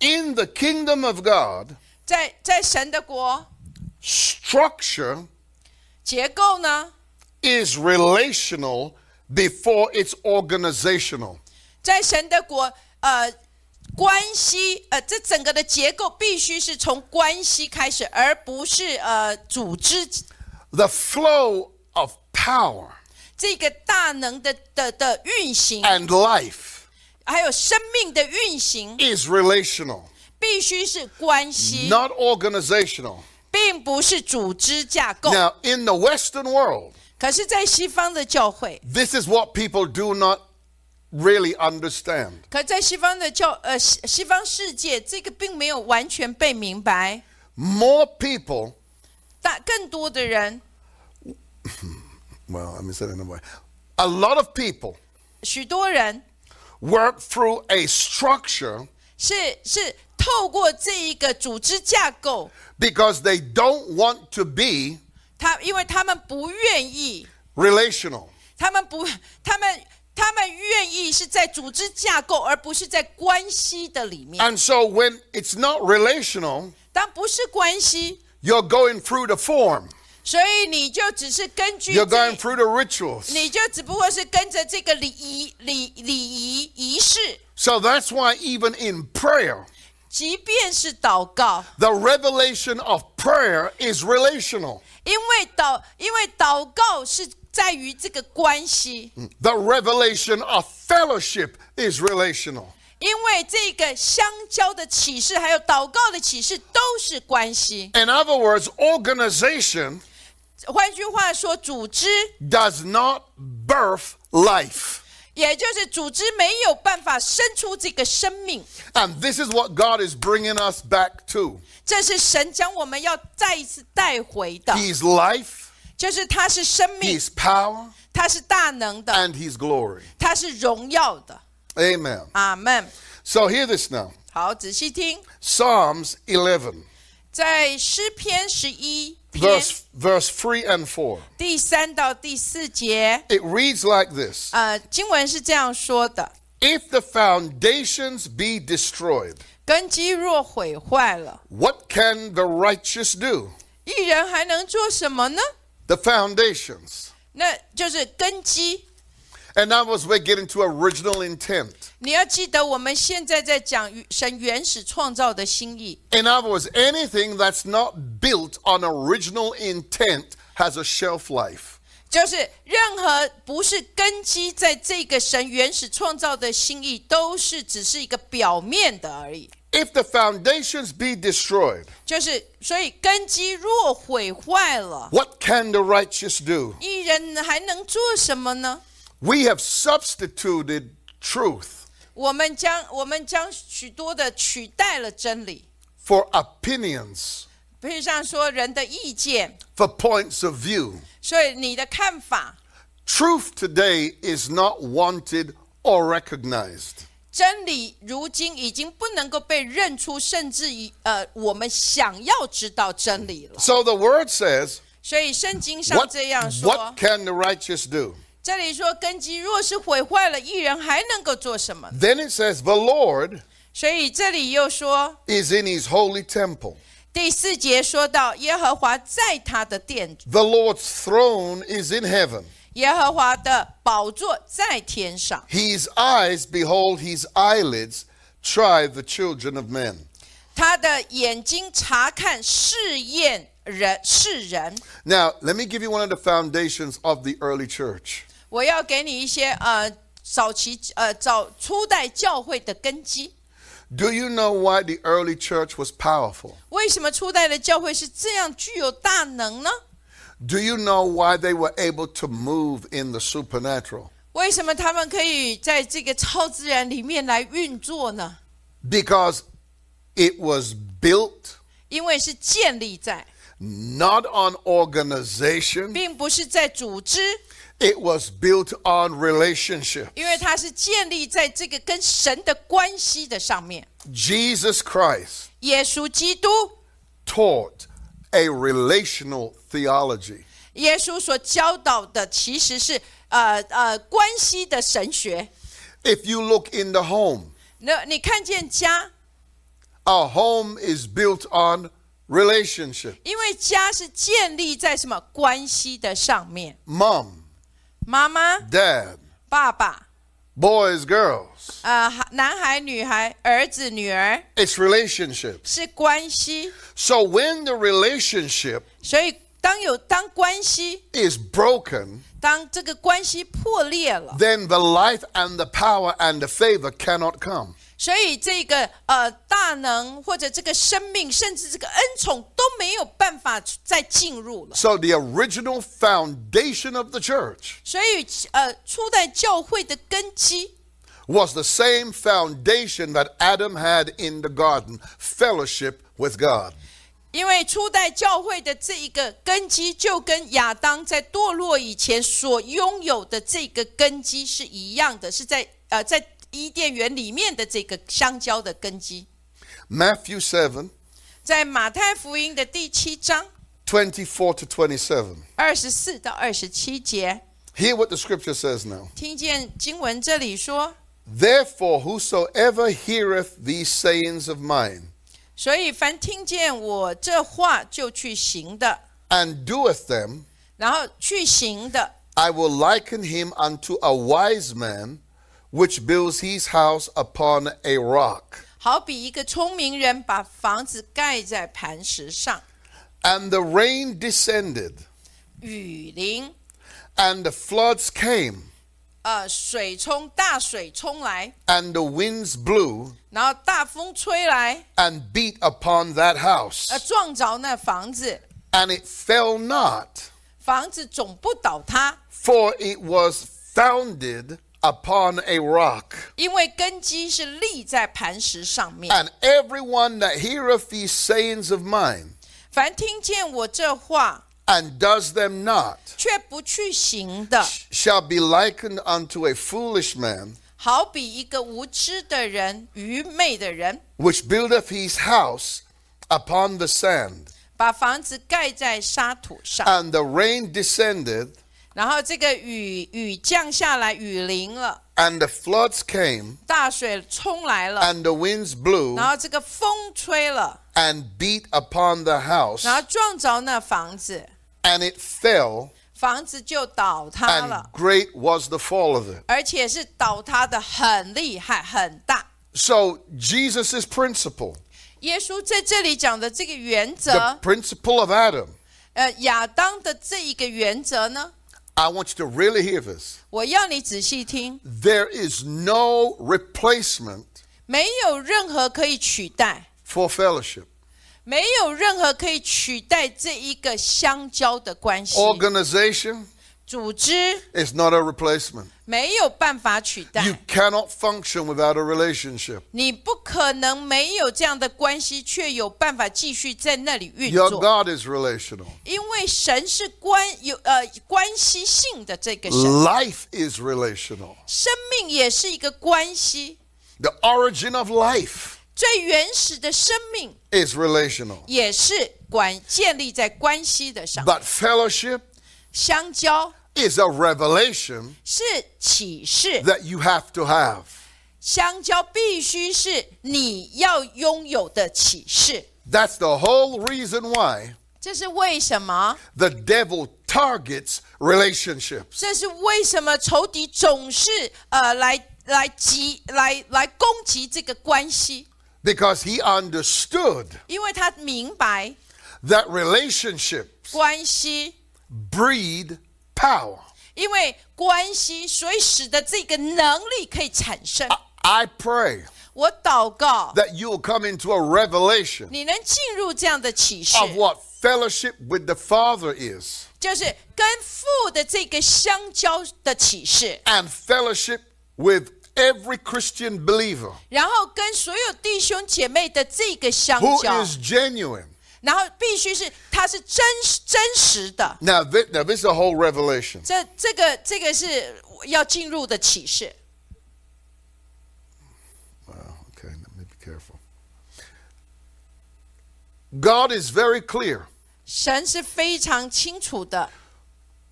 In the kingdom of God,
在在神的国
structure
结构呢，
is relational before it's organizational.
在神的国呃关系呃这整个的结构必须是从关系开始，而不是呃组织
The flow of power
这个大能的的的运行，
and life
还有生命的运行，
is relational,
必须是关系，
not organizational.
并不是组织架构。
Now, in the Western world,
可是，在西方的教会，
this is what people do not really understand.
可在西方的教呃西西方世界，这个并没有完全被明白。
more people,
但更多的人，
well, let me say that another way. A lot of people
许多人
work through a structure
是是透过这一个组织架构，
because they don't want to be
他因为他们不愿意，
relational.
他们不，他们他们愿意是在组织架构，而不是在关系的里面。
And so when it's not relational,
当不是关系，
you're going through the form,
所以你就只是根据这
you're going
个，
through the rituals.
你就只不过是跟着这个礼仪、礼礼仪仪式，
So that's why, even in prayer,
即便是祷告，
the revelation of prayer is relational.
因为祷，因为祷告是在于这个关系。
The revelation of fellowship is relational.
因为这个相交的启示，还有祷告的启示，都是关系。
In other words, organization
换句话说，组织
does not birth life.
也就是组织没有办法生出这个生命，
And this is what God is bringing us back to.
这是神将我们要再一次带回的，
He is life,
就是他是生
He
命，
is power,
他是大能的，
and He's glory.
他是荣耀的。
Amen.
阿门。
So hear this now.
好，仔细听，
Psalms 11,
在诗篇十一篇
verse, verse 3 and 4.
第三到第四节，
It reads like this.
呃，经文是这样说的：
If the foundations be destroyed,
根基若毁坏了，
what can the righteous do?
一人还能做什么呢？
The foundations.
那就是根基。
And now as we're getting to original intent.
你要记得，我们现在在讲与神原始创造的心意。
In other words, anything that's not built on original intent has a shelf life.
就是任何不是根基在这个神原始创造的心意，都是只是一个表面的而已。
If the foundations be destroyed,
就是所以根基若毁坏了，
what can the righteous do?
一人还能做什么呢？
We have substituted truth
我们将我们将许多的取代了真理，
for opinions,
比如像说人的意见，
for points of view.
所以你的看法，
Truth today is not wanted or recognized.
真理如今已经不能够被认出，甚至于呃，我们想要知道真理了。
So the word says,
所以圣经上
what,
这样说。
what can the righteous do?
这里说根基若是毁坏了，一人还能够做什么？
Then it says, the Lord
所以这里又说
is in his holy temple.
第四节说到耶和华在他的殿，
The Lord's throne is in heaven.
耶和华的宝座在天上，
His eyes behold, his eyelids try the children of men.
他的眼睛查看试验人世人。
Now, let me give you one of the foundations of the early church.
我要给你一些呃早期呃早初代教会的根基。
Do you know why the early church was powerful?
为什么初代的教会是这样具有大能呢？
Do you know why they were able to move in the supernatural?
为什么他们可以在这个超自然里面来运作呢？
Because it was built
因为是建立在，
not on organization,
并不是在组织，
it was built on relationship.
因为它是建立在这个跟神的关系的上面。
Jesus Christ
耶稣基督，
taught a relational theology.
耶稣所教导的其实是呃呃关系的神学。
If you look in the home,
那你看见家，
our home is built on relationship.
因为家是建立在什么关系的上面？
Mom,
妈妈、
dad,
爸爸，
boys, girls.
呃，男孩、女孩、儿子、女儿
It's relationships.
是关系，
So when the relationship
所以当有当关系，
is broken,
当这个关系破裂了。
then the life and the power and the favor cannot come.
所以这个呃大能或者这个生命，甚至这个恩宠都没有办法再进入了。
So the original foundation of the church
所以呃初代教会的根基
was the same foundation that Adam had in the garden, fellowship with God.
因为初代教会的这一个根基，就跟亚当在堕落以前所拥有的这个根基是一样的，是在呃在伊甸园里面的这个香蕉的根基。
Matthew 7,
在马太福音的第七章
24 to 27.
二十四到二十七节，
Hear what the scripture says now.
听见经文这里说。
Therefore, whosoever heareth these sayings of mine,
所以凡听见我这话就去行的，
and doeth them,
然后去行的，
I will liken him unto a wise man which builds his house upon a rock.
好比一个聪明人把房子盖在磐石上，
And the rain descended,
雨淋，
and the floods came,
呃，水冲大水冲来，
and the winds blew,
然后大风吹来，
and beat upon that
呃，
house.
撞着那房子，
And it fell not,
房子总不倒塌，
For it was founded upon a rock.
因为根基是立在磐石上面。
And everyone that heareth these sayings of mine
凡听见我这话
and does them not
却不去行的，
shall be likened unto a foolish man,
好比一个无知的人、愚昧的人，
which buildeth his house upon the sand.
把房子盖在沙土上，
And the rain descended,
然后这个雨雨降下来，雨淋了，
and the floods came,
大水冲来了，
and the winds blew,
然后这个风吹了，
and beat upon the house,
然后撞着那房子，
and it fell,
房子就倒塌
and
了，
great was the fall of it.
而且是倒塌的很厉害、很大。
So, Jesus' principle,
耶稣在这里讲的这个原
the
则，
principle of Adam,
呃，亚当的这一个原则呢，
I want you to really hear this.
我要你仔细听，
There is no replacement
没有任何可以取代，
for fellowship,
没有任何可以取代这一个相交的关系。
哦 organization.
组织
It's not a replacement.
没有办法取
You
代，
cannot function without a relationship.
你不可能没有这样的关系，却有办法继续在那里运
Your
作，
God is relational.
因为神是关有呃关系性的这个
嗯
神，
Life is relational.
生命也是一个关系，
The origin of life
最原始的生命
is relational.
也是关建立在关系的上，
But fellowship
相交
is a revelation
是启示，
that you have to have.
相交必须是你要拥有的启示，
That's the whole reason why
这是为什么？
the devil targets relationships.
这是为什么仇敌总是呃来来击来来攻击这个关系，
Because he understood
因为他明白
that relationships
关系，
breed power.
因为关系，所以使得这个能力可以产生。
I pray
我祷告，
that you'll come into a revelation
你能进入这样的启示，
of what fellowship with the Father is
就是跟父的这个相交的启示，
and fellowship with every Christian believer
然后跟所有弟兄姐妹的这个相
who
交，
is genuine.
然后必须是它是真实真实的。
Now, this, now this is a whole revelation.
这这个这个是要进入的启示。
Wow, okay, let me be careful. God is very clear.
神是非常清楚的，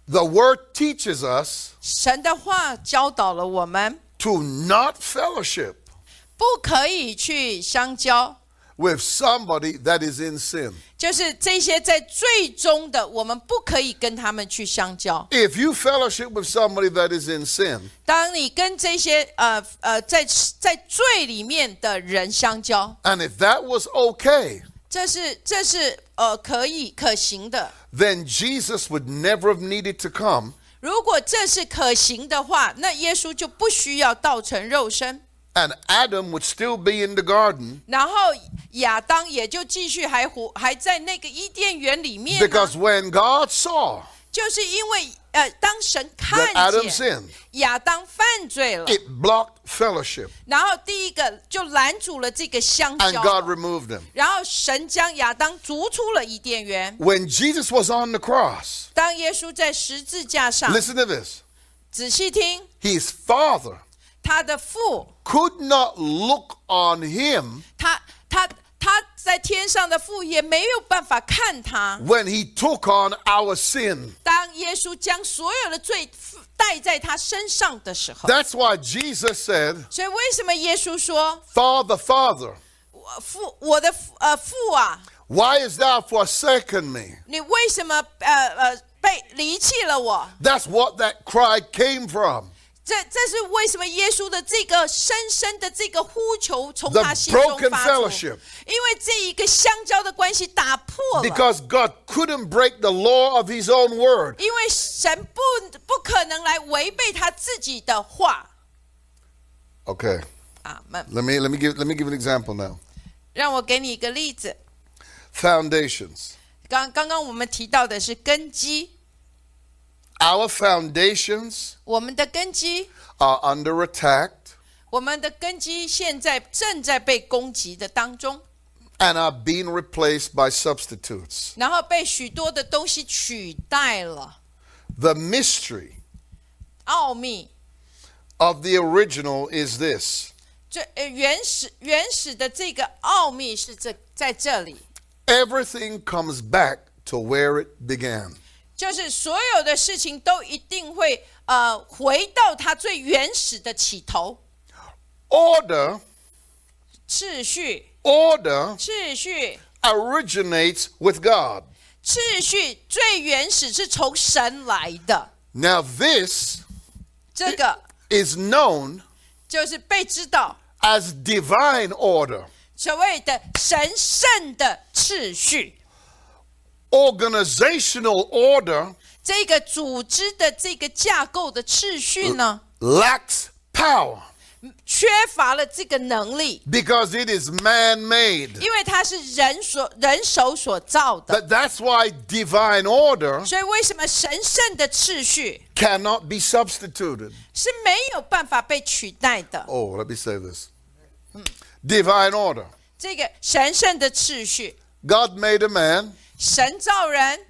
The word teaches us
神的话教导了我们，
to not fellowship
不可以去相交，
with somebody that is in sin.
就是这些在最终的，我们不可以跟他们去相交。
If you fellowship with somebody that is in sin,
当你跟这些呃呃在在罪里面的人相交，
and if that was okay,
这是这是呃可以可行的。
then Jesus would never have needed to come
如果这是可行的话，那耶稣就不需要道成肉身。
and Adam would still be in the garden
然后亚当也就继续还活，还在那个伊甸园里面呢、
because when God saw
就是因为呃，当神
that
看
Adam
见
sinned,
亚当犯罪了，
it blocked fellowship
然后第一个就拦阻了这个相
and
交
God，removed him.
然后神将亚当逐出了伊甸园。
When Jesus was on the cross,
当耶稣在十字架上，
listen to this.
仔细听，
His father
他的父，
could not look on him
他他他在天上的父也没有办法看他。
when he took on our sin.
当耶稣将所有的罪带在他身上的时候，
That's why Jesus said,
所以为什么耶稣说
Father, Father,
我父我的父呃父啊，
why hast thou forsaken me?
你为什么呃呃被离弃了我？
That's what that cry came from.
这这是为什么？耶稣的这个深深的这个呼求从
The
他心中
broken
发出，
fellowship.
因为这一个相交的关系打破了，
Because God couldn't break the law of his own word.
因为神不不可能来违背他自己的话
Okay.
啊！们
Let me let me give let me give an example now.
让我给你一个例子，
Foundations.
刚刚刚我们提到的是根基，
Our foundations
我们的根基，
are under attack,
我们的根基现在正在被攻击的当中，
and are being replaced by substitutes.
然后被许多的东西取代了。
The mystery
奥秘，
of the original is this
最呃原始原始的这个奥秘是这在这里，
everything comes back to where it began.
就是所有的事情都一定会呃回到它最原始的起头，
Order,
秩序，
order
秩序，
originates with God.
秩序最原始是从神来的，
Now, this
这个
is known
就是被知道。
as divine order,
所谓的神圣的秩序，
organizational order.
这个组织的这个架构的秩序呢，嗯
Lacks power
缺乏了这个能力，
because it is man made.
因为它是人所人手所造的，
But that's why divine order
所以为什么神圣的秩序
cannot be substituted.
是没有办法被取代的？
Oh, let me say this divine order.
这个神圣的秩序，
God made a man
神造人，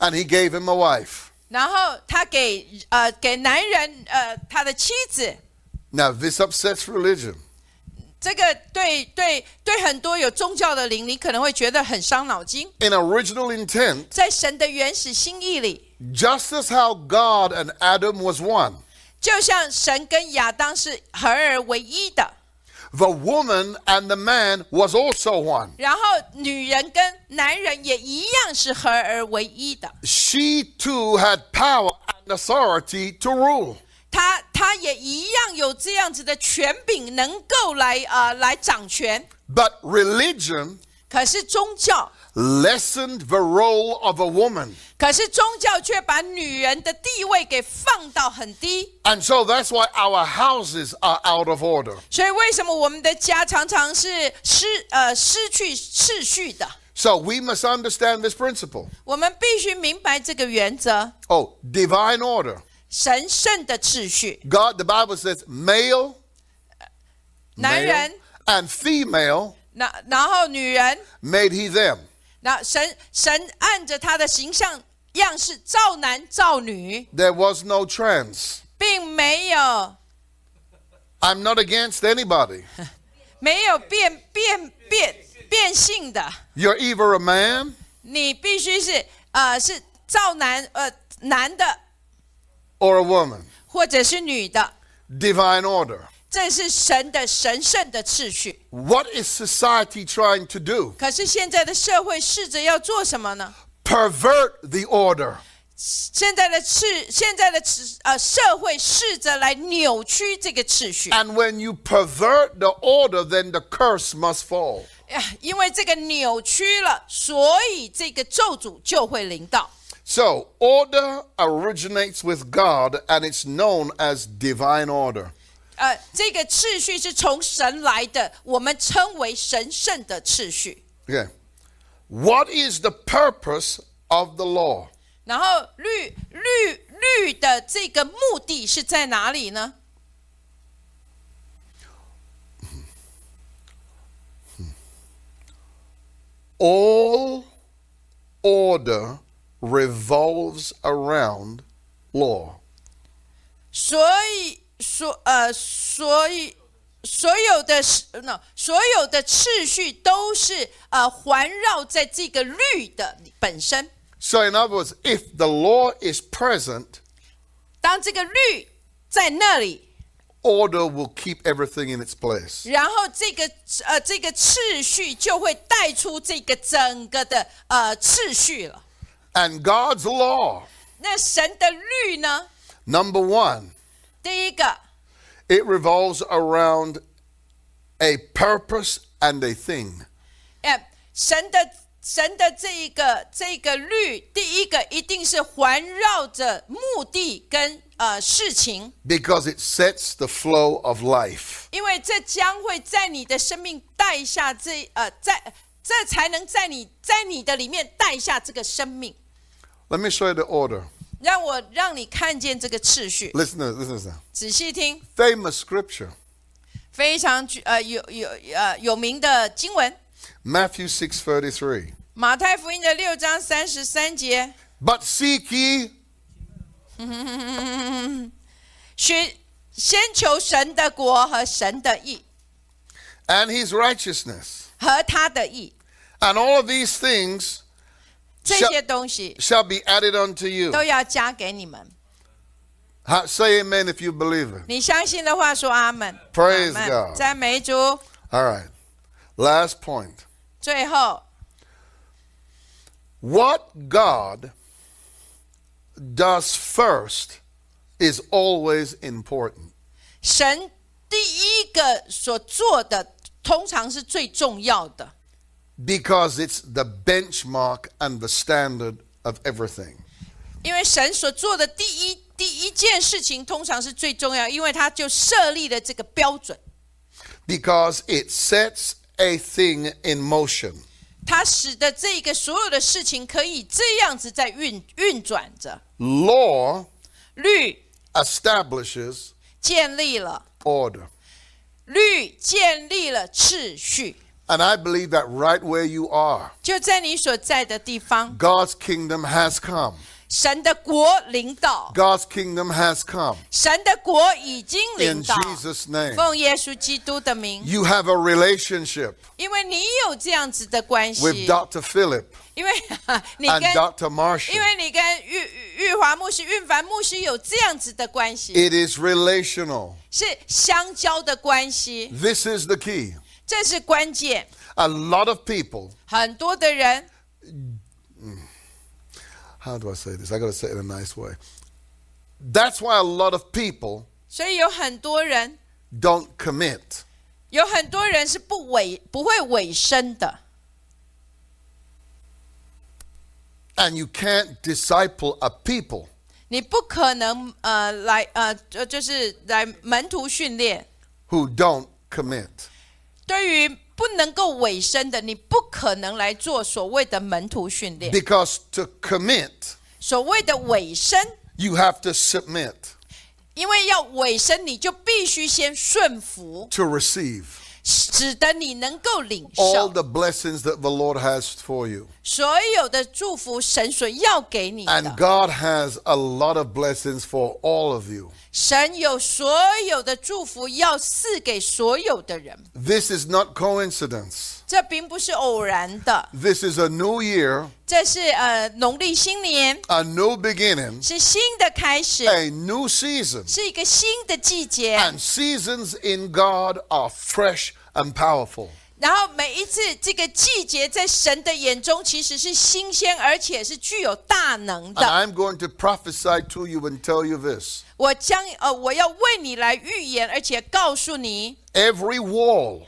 and he gave him a wife.
然后他给呃给男人呃他的妻子，
Now, this upsets religion.
这个对对对很多有宗教的灵，你可能会觉得很伤脑筋。
In original intent,
在神的原始心意里，
just as how God and Adam was one,
就像神跟亚当是合而为一的，
the woman and the man was also one.
然后女人跟男人也一样是合而为一的，
She too had power and authority to rule.
他他也一样有这样子的权柄，能够来呃来掌权。
But religion
可是宗教，
lessened the role of a woman.
可是宗教却把女人的地位给放到很低，
And so that's why our houses are out of order.
所以为什么我们的家常常是失呃失去秩序的？
So we must understand this principle.
我们必须明白这个原则，
Oh, divine order.
神圣的秩序。
God, the Bible says male,
男
male
人，
and female
那然后女人，
made he them.
那神神按着他的形象样式造男造女，
There was no trans.
并没有
I'm not against anybody.
没有变变变变性的，
You're either a man
你必须是呃是造男呃男的
or a woman.
或者是女的，
Divine order.
这是神的神圣的秩序。
What is society trying to do?
可是现在的社会试着要做什么呢？
Pervert the order.
现在的秩现在的秩呃社会试着来扭曲这个秩序。
And when you pervert the order, then the curse must fall.
哎因为这个扭曲了，所以这个咒诅就会临到。
So, order originates with God and it's known as divine order.
呃，这个秩序是从神来的，我们称为神圣的秩序。
Okay. What is the purpose of the law?
然后律律律的这个目的是在哪里呢？
All order revolves around law.
所以所呃，所以所有的是 no，所有的秩序都是呃环绕在这个律的本身。
So, in other words, if the law is present,
当这个律在那里，
order will keep everything in its place.
然后这个呃这个秩序就会带出这个整个的呃秩序了。
And God's law,
那神的律呢？
number one,
第一个，
It revolves around a purpose and a thing.
呃，神的神的这一个这个律，第一个一定是环绕着目的跟呃事情，
Because it sets the flow of life.
因为这将会在你的生命带下这呃在这才能在你在你的里面带下这个生命。
Let me show you the order.
让我让你看见这个次序，
Listen to this, listen now.
仔细听，
Famous scripture,
非常具呃有有呃有名的经文，
Matthew 6:33.
马太福音的六章三十三节，
But seek ye,
寻先求神的国和神的义
and his righteousness,
和他的义，
and all of these things
这
像
些东西
shall be added unto you.
都要加给你们。
Ha- Say amen if you believe it.
你相信的话，说阿门。
Praise
阿门
God
赞美主。
All right. Last point.
最后，
What God does first is always important.
神第一个所做的，通常是最重要的，
because it's the benchmark and the standard of everything.
因为神所做的第一第一件事情，通常是最重要，因为他就设立了这个标准，
Because it sets a thing in motion.
他使得这个所有的事情可以这样子在运运转着，
Law
律
establishes
建立了，
order.
律建立了秩序，
And I believe that right where you are,
就在你所在的地方，
God's kingdom has come.
神的国领导，
God's kingdom has come.
神的国已经
In
领导。
Jesus' name.
奉耶稣基督的名，
You have a relationship
因为你有这样子的关系，
with Dr. Philip
因为 (laughs) 你
and
跟
Dr. Marshall.
因为你跟玉玉玉华牧师、运凡牧师有这样子的关系，
It is relational.
是相交的关系，
This is the key.
这是关键。
A lot of people
很多的人，
how do I say this? I got to say it in a nice way. That's why a lot of people
所以有很多人，
don't commit.
有很多人是不委不会委身的，
And you can't disciple a people
你不可能呃来呃就就是来门徒训练，
who don't commit.
对于不能够委身的，你不可能来做所谓的门徒训练。
Because to commit,
所谓的尾声，
you have to submit,
因为要尾声，你就必须先顺服，
to receive
使得你能够领
all
受
the blessings that the Lord has for you.
所有的祝福，神所要给你
And
的。
God has a lot of blessings for all of you.
神有所有的祝福要赐给所有的人，
This is not coincidence.
这并不是偶然的，
This is a new year,
这是呃农历新年，
a new beginning,
是新的开始，
a new season.
是一个新的季节。
And seasons in God are fresh and powerful.
然后每一次这个季节，在神的眼中其实是新鲜，而且是具有大能
And
的。
I'm going to prophesy to you and tell you this
我将呃，我要为你来预言，而且告诉你，
every wall,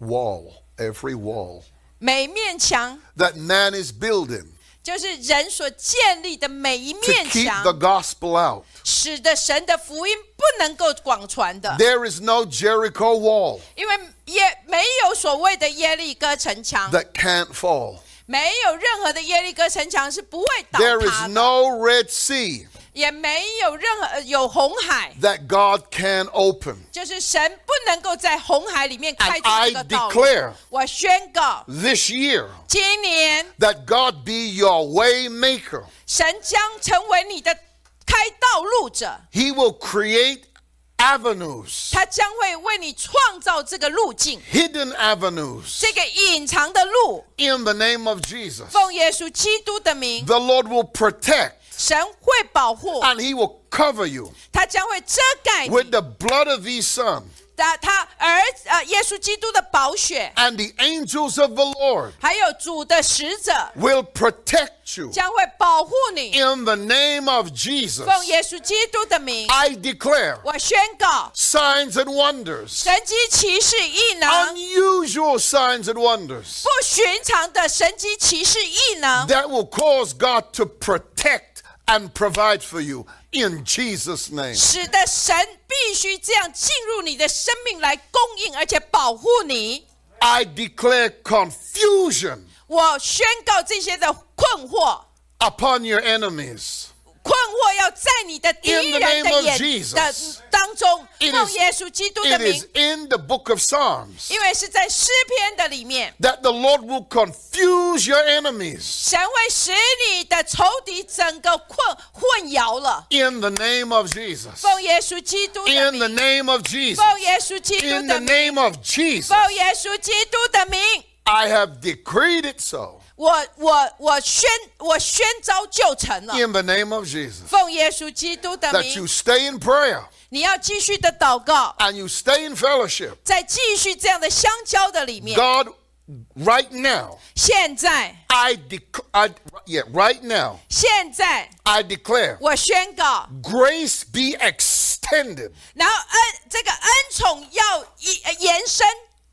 wall, every wall
每面墙
that man is building
就是人所建立的每一
to
面
keep the
墙，
gospel out,
使得神的福音不能够广传的，
there is no Jericho wall
因为也没有所谓的耶利哥城墙，
that can't fall,
没有任何的耶利哥城墙是不会倒
there
塌的，
is no Red Sea
也没有任何呃有红海，
that God can open.
就是神不能够在红海里面开出
And I
这个道
declare-
路。我宣告，
This year,
今年
that God be your way maker.
神将成为你的开道路者。
He will create avenues,
他将会为你创造这个路径，
hidden avenues,
这个隐藏的路。
in the name of Jesus.
奉耶稣基督的名，
The Lord will protect
神会保护，
and He will cover you
他将会遮盖你
with the blood of His Son
的他儿呃耶稣基督的宝血，
and the angels of the Lord.
还有主的使者
Will protect you
将会保护你。
in the name of Jesus.
奉耶稣基督的名，
I declare
我宣告
signs and wonders,
神机骑士异能，
unusual signs and wonders
不寻常的神机骑士异能，
that will cause God to protect and provide for you in Jesus' name.
使得神必须这样进入你的生命来供应，而且保护你。
I declare confusion
我宣告这些的困惑
upon your enemies.
困惑要在你的敌
In the
人
name
的
of
眼
Jesus.
的当中，
It
奉
is-
耶稣基督的
It is
名，
in the book of Psalms
因为是在诗篇的里面，
that the Lord will confuse your enemies.
神会使你的仇敌整个困混淆了。
In the name of Jesus.
奉耶稣基督的
In
名，
the name of Jesus.
奉耶稣基督
In the
的名，
name of Jesus.
奉耶稣基督的名，
I have decreed it so.
我我我宣我宣召就成了。
In the name of Jesus.
奉耶稣基督的
That you
名，
stay in prayer
你要继续的祷告，
and you stay in fellowship.
在继续这样的相交的里面。
God, right now,
现在，
I, dec- I yeah, right now,
现在
I declare
我宣告，
grace be extended
然后恩这个恩宠要一呃延伸，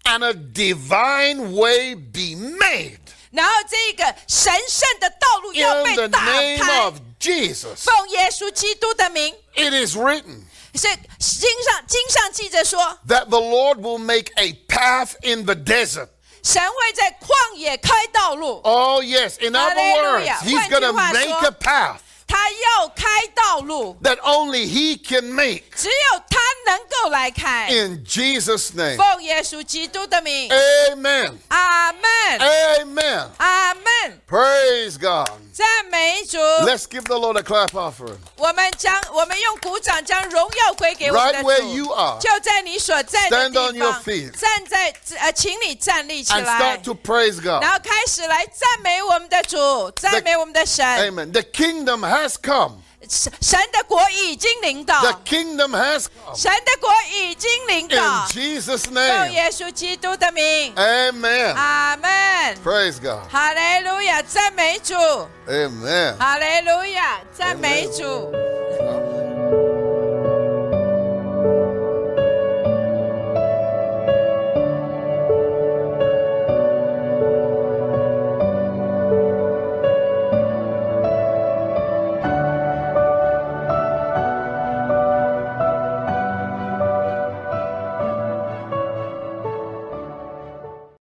and a divine way be made
然后这个神圣的道路
in
要被
the
打
name
开。
of Jesus.
奉耶稣基督的名，
It is written
是经上经上记着说，
that the Lord will make a path in the desert.
神会在旷野开道路，
Oh, yes. In other
Hallelujah.
words, He's going to
换句话说，
make a path
他要开道路，
that only He can make
只有他能够来开。
in Jesus' name.
奉耶稣基督的名，
Amen.
阿门，
Amen.
阿门，
Praise God.
赞美主。
Let's give the Lord a clap offering.
我们将我们用鼓掌将荣耀归给我们的
Right
主。
where you are
就在你所在的
Stand
地
on your
方
feet，
站在呃，请你站立起
and
来
start，to praise God.
然后开始来赞美我们的主，赞美我们的神。
Amen. The kingdom has come.
神神的国已经领导，
The kingdom has come.
神的国已经领
In
导。
Jesus'
奉
name.
耶稣基督的名，
Amen.
阿门。
Praise God.
哈利路亚，赞美主，
Amen.
哈利路亚，赞美主。